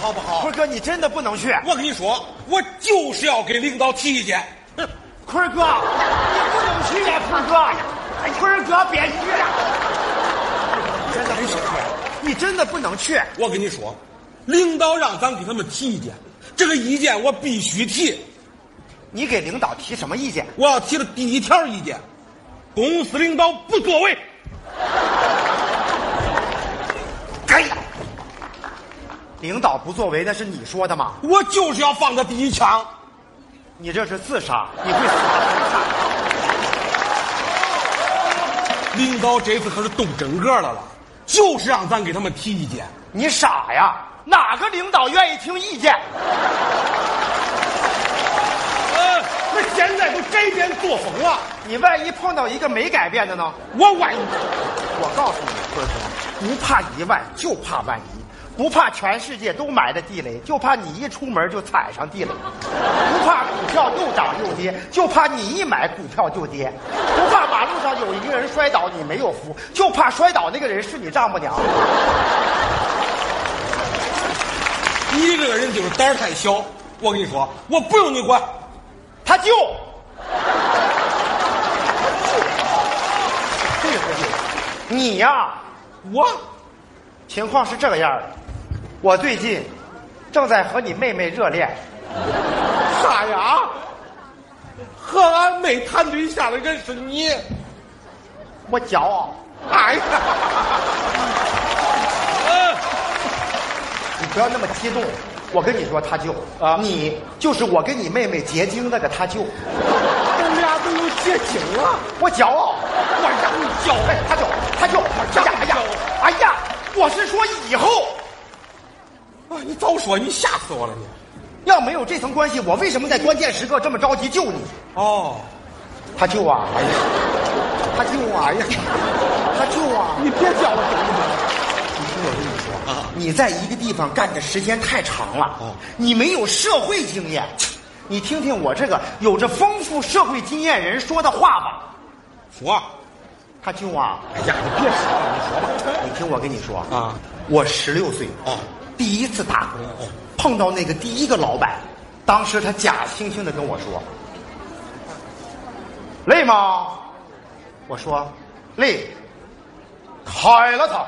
好不好？坤儿哥，你真的不能去。我跟你说，我就是要给领导提意见。哼坤儿哥，你不能去呀、坤儿哥。坤儿哥，别去了。真的不能去，你真的不能去。我跟你说，领导让咱给他们提意见，这个意见我必须提。你给领导提什么意见？我要提的第一条意见，公司领导不作为。该。领导不作为，那是你说的吗？我就是要放他第一枪。你这是自杀，你会死得很惨。领导这次可是动真格了了，就是让咱给他们提意见。你傻呀？哪个领导愿意听意见？呃，那现在都改变作风了，你万一碰到一个没改变的呢？我万一我告诉你，坤哥，不怕一万，就怕万一；不怕全世界都埋的地雷，就怕你一出门就踩上地雷；不怕股票又涨又跌，就怕你一买股票就跌；不怕马路上有一个人摔倒你没有扶，就怕摔倒那个人是你丈母娘。你这个人就是胆儿太小。我跟你说，我不用你管，他就。对不对？你呀、我情况是这个样儿的，我最近正在和你妹妹热恋。啥呀？和俺妹谈对象的人是你。我骄傲，哎呀，嗯，你不要那么激动。我跟你说，他舅啊你就是我跟你妹妹结晶那个他舅。咱俩都有结晶了，我骄傲，我让你叫哎，他舅，他舅，哎呀，哎呀，哎呀，我是说以后啊！你早说，你吓死我了你。要没有这层关系，我为什么在关键时刻这么着急救你？哦，他舅啊，哎呀，他舅啊，哎呀，他舅啊，你别叫我行不行？啊你在一个地方干的时间太长了，哦你没有社会经验。你听听我这个有着丰富社会经验人说的话吧。说，他舅啊，啊哎呀，你别说了，你说吧。你听我跟你说啊，我十六岁哦第一次打工哦，碰到那个第一个老板，当时他假惺惺的跟我说：“累吗？”我说：“累。”开了他，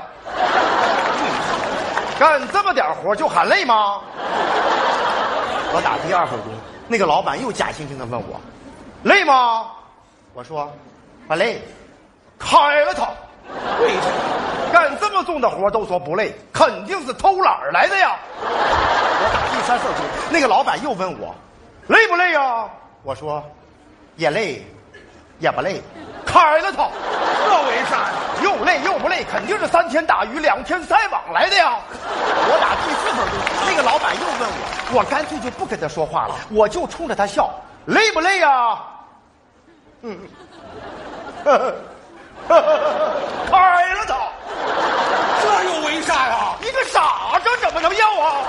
干这么点活就喊累吗？我打第二份工，那个老板又假惺惺的问我：“累吗？”我说：“不累。”开了他。为什么？干这么重的活都说不累，肯定是偷懒儿来的呀。 我打第三份工，那个老板又问我，累不累呀、我说，也累，也不累。开了他，这为啥呀？又累又不累，肯定是三天打鱼两天晒网来的呀。我打第四份工，那个老板又问我，我干脆就不跟他说话了，我就冲着他笑，累不累呀、啊嗯， 开了他。这又为啥呀？你个傻子怎么能要啊？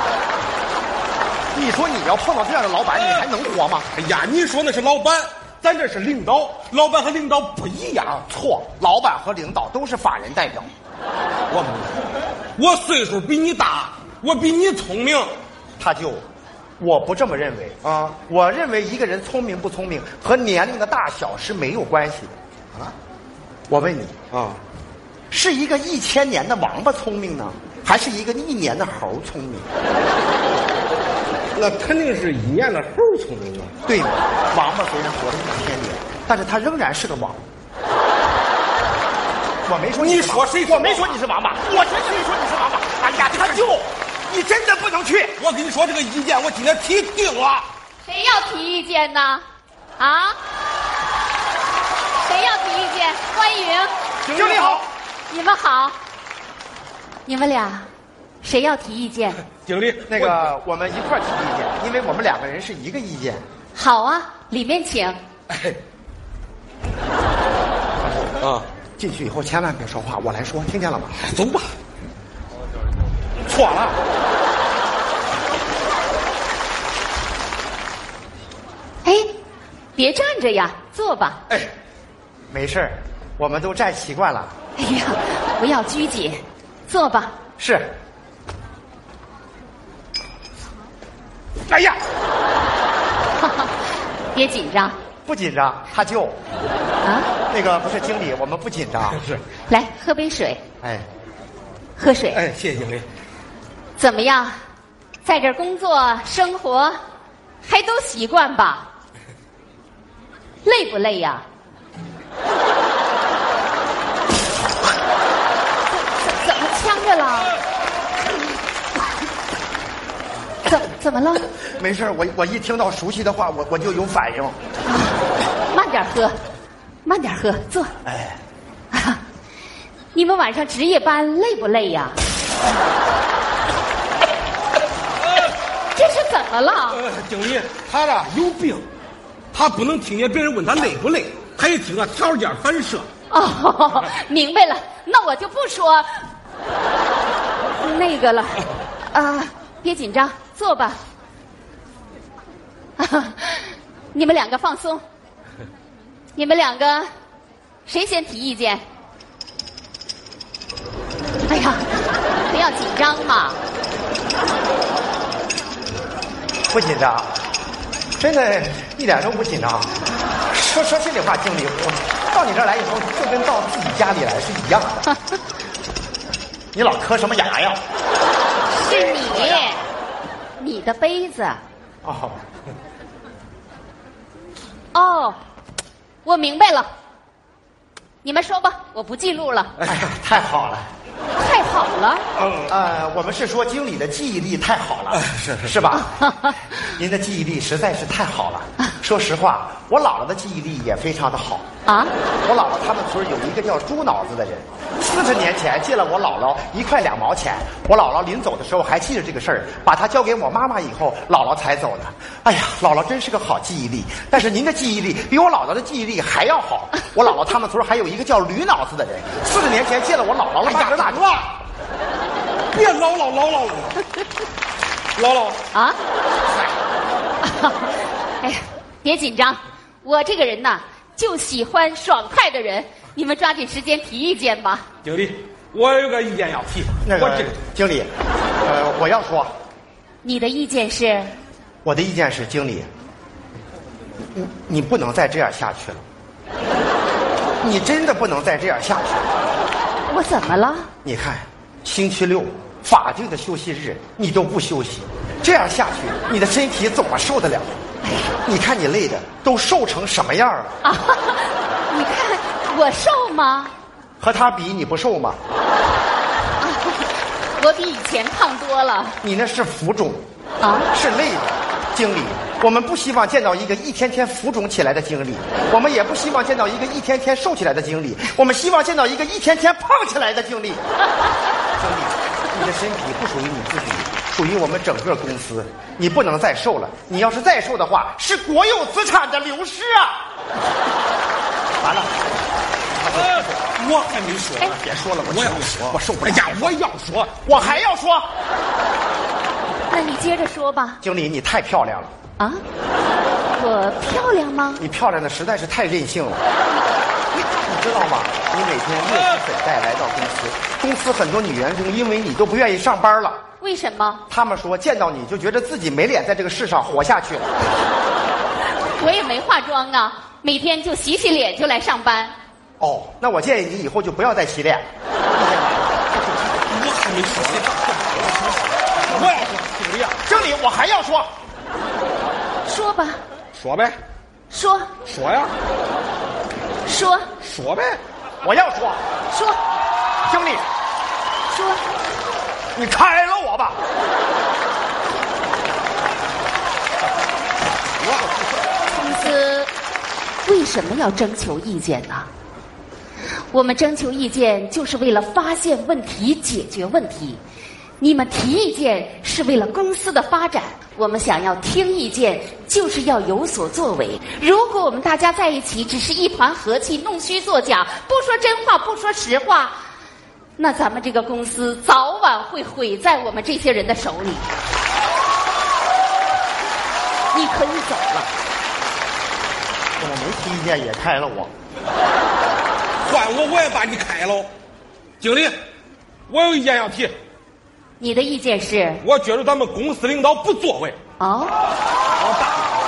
你说你要碰到这样的老板，你还能活吗？哎呀，你说那是老板，咱这是领导，老板和领导不一样。啊错，老板和领导都是法人代表。我不，我岁数比你大，我比你聪明。他就，我不这么认为啊。我认为一个人聪明不聪明和年龄的大小是没有关系的啊。我问你，啊，是一个一千年的王八聪明呢，还是一个一年的猴聪明？那肯定是一年的猴聪明啊。对吗？王八虽然活了一千年，但是他仍然是个王。我没说你是说谁是我没说你是王八，我真没说你是王八。哎呀，他就，你真的不能去。我跟你说，这个意见我今天提定了。谁要提意见呢？啊？谁要提意见？欢迎，经理好，你们好。你们俩，谁要提意见？经理，那个我们一块儿提意见，因为我们两个人是一个意见。好啊，里面请。啊，进去以后千万别说话，我来说，听见了吗？走吧。错了，哎，别站着呀，坐吧。哎，没事儿，我们都站习惯了。哎呀，不要拘谨，坐吧。是，哎呀， 别紧张不紧张，他就啊！那个不是经理，我们不紧 张。是，来，喝杯水，哎喝水。哎，谢谢经理。怎么样，在这儿工作生活还都习惯吧？累不累呀、怎怎怎么呛着了？怎怎么了？没事儿，我我一听到熟悉的话，我我就有反应。慢点喝，慢点喝，坐。 哎，你们晚上值夜班累不累呀、 这是怎么了？呃，经理，他呀有病，他不能听见别人问他累不累，他一听啊条件反射。哦， 明白了，那我就不说那个了。啊，别紧张，坐吧。 啊你们两个放松。你们两个，谁先提意见？哎呀，不要紧张嘛。不紧张，真的，一点都不紧张。说说心里话，经理，我到你这儿来以后，就跟到自己家里来是一样的。你老磕什么牙呀？是你，你的杯子。哦，哦，我明白了。你们说吧，我不记录了。哎呀，太好了。太好了，嗯，呃，我们是说经理的记忆力太好了，哎是是 吧？您的记忆力实在是太好了。说实话，我姥姥的记忆力也非常的好。啊，我姥姥他们村有一个叫猪脑子的人，四十年前借了我姥姥一块两毛钱，我姥姥临走的时候还记着这个事儿，把它交给我妈妈以后，姥姥才走的。哎呀，姥姥真是个好记忆力，但是您的记忆力比我姥姥的记忆力还要好。我姥姥他们村还有一个叫驴脑子的人，四十年前借了我姥姥了，哎哪呀着哪哇，别唠唠唠唠了，唠唠。啊！ 哎呀，别紧张，我这个人呐，就喜欢爽快的人。你们抓紧时间提意见吧。经理，我有个意见要提，那个我这个经理，呃，我要说，你的意见是？我的意见是，经理，你你不能再这样下去了，你真的不能再这样下去了。我怎么了？你看，星期六法定的休息日，你都不休息，这样下去，你的身体怎么受得了？你看你累的都瘦成什么样了？啊， 你看我瘦吗？和他比，你不瘦吗？我比以前胖多了。你那是浮肿，啊，是累的。经理，我们不希望见到一个一天天浮肿起来的经理，我们也不希望见到一个一天天瘦起来的经理，我们希望见到一个一天天胖起来的经理。经理，你的身体不属于你自己，属于我们整个公司，你不能再瘦了。你要是再瘦的话，是国有资产的流失啊！ 完了，呃，我还没说呢，哎别说了，我我要受不了说，我受不了哎。呀，我要说，我还要说，那你接着说吧。经理，你太漂亮了，啊，我漂亮吗？你漂亮的实在是太任性了。你知道吗？你每天热气粉黛来到公司，公司很多女员工因为你都不愿意上班了，为什么？他们说见到你就觉得自己没脸在这个世上活下去了。我也没化妆啊，每天就洗洗脸就来上班。哦，那我建议你以后就不要再洗脸了。我还没说呢，我要说，经理啊，经理，我还要说，说吧，说呗，说说呀，说说呗，我要说，说经理，说，你开了我吧。公司为什么要征求意见呢？我们征求意见就是为了发现问题、解决问题。你们提意见是为了公司的发展，我们想要听意见，就是要有所作为。如果我们大家在一起只是一团和气、弄虚作假，不说真话，不说实话，那咱们这个公司早晚会毁在我们这些人的手里。你可以走了。我没提意见也开了我，换我我也把你开了。经理，我有意见要提，你的意见是我觉得咱们公司领导不作为，哦，往大里说，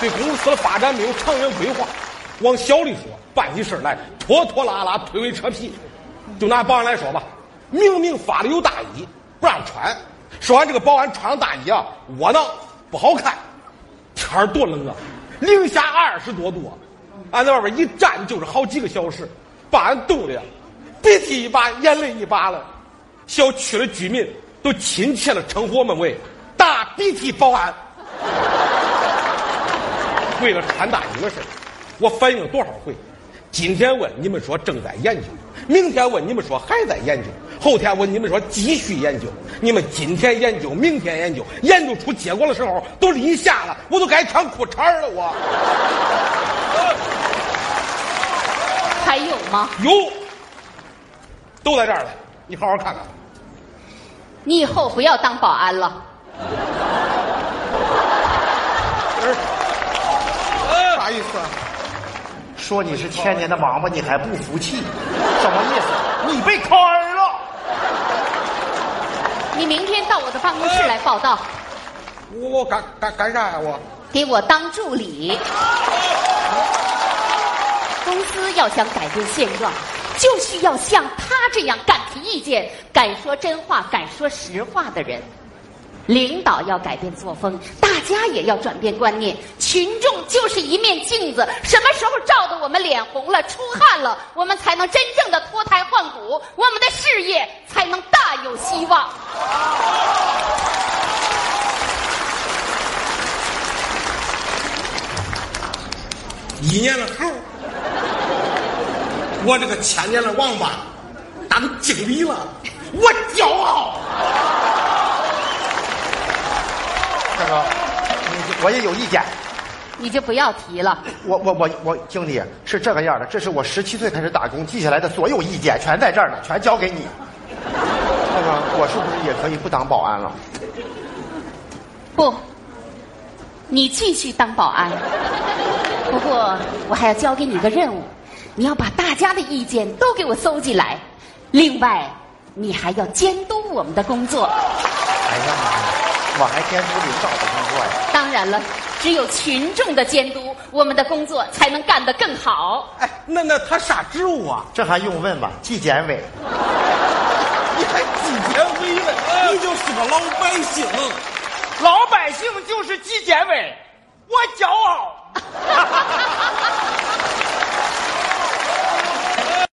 对公司的发展没有长远规划；往小里说，办起事儿来拖拖拉拉、推诿扯皮。就拿保安来说吧，明明发的有大衣，不让穿，说完这个保安穿上大衣啊，窝囊不好看。天儿多冷啊，零下二十多度啊，俺在外边一站就是好几个小时，把俺冻的呀，鼻涕一把，眼泪一把了。小区的居民都亲切的称呼我们为“大鼻涕保安”。为了传达你们事儿，我反映了多少回？今天问你们说正在研究，明天问你们说还在研究，后天问你们说继续研究。你们今天研究，明天研究，研究出结果的时候都立夏了，我都该穿裤衩儿了。我还有吗？有，都在这儿了，你好好看看。你以后不要当保安了。啥意思啊？说你是千年的王八，你还不服气，什么意思？你被坑了，你明天到我的办公室来报道，我我干干干啥呀、啊我给我当助理。公司要想改变现状，就需要像他这样敢提意见、敢说真话、敢说实话的人。领导要改变作风，大家也要转变观念。群众就是一面镜子，什么时候照得我们脸红了、出汗了，我们才能真正的脱胎换骨，我们的事业才能大有希望。一年的猴，我这个千年的王八当经理了，我骄傲。大哥，你我也有意见。你就不要提了。我我我我，经理是这个样的，这是我十七岁开始打工记下来的所有意见，全在这儿呢，全交给你。那个，我是不是也可以不当保安了？不，你继续当保安。不过我还要交给你个任务，你要把大家的意见都给我搜集来。另外，你还要监督我们的工作。哎呀妈呀，我还监督领导的工作呀！当然了，只有群众的监督，我们的工作才能干得更好。哎，那那他啥职务啊？这还用问吗？纪检委，你还纪检委呢？你就是个老百姓。老百姓就是纪检委，我骄傲。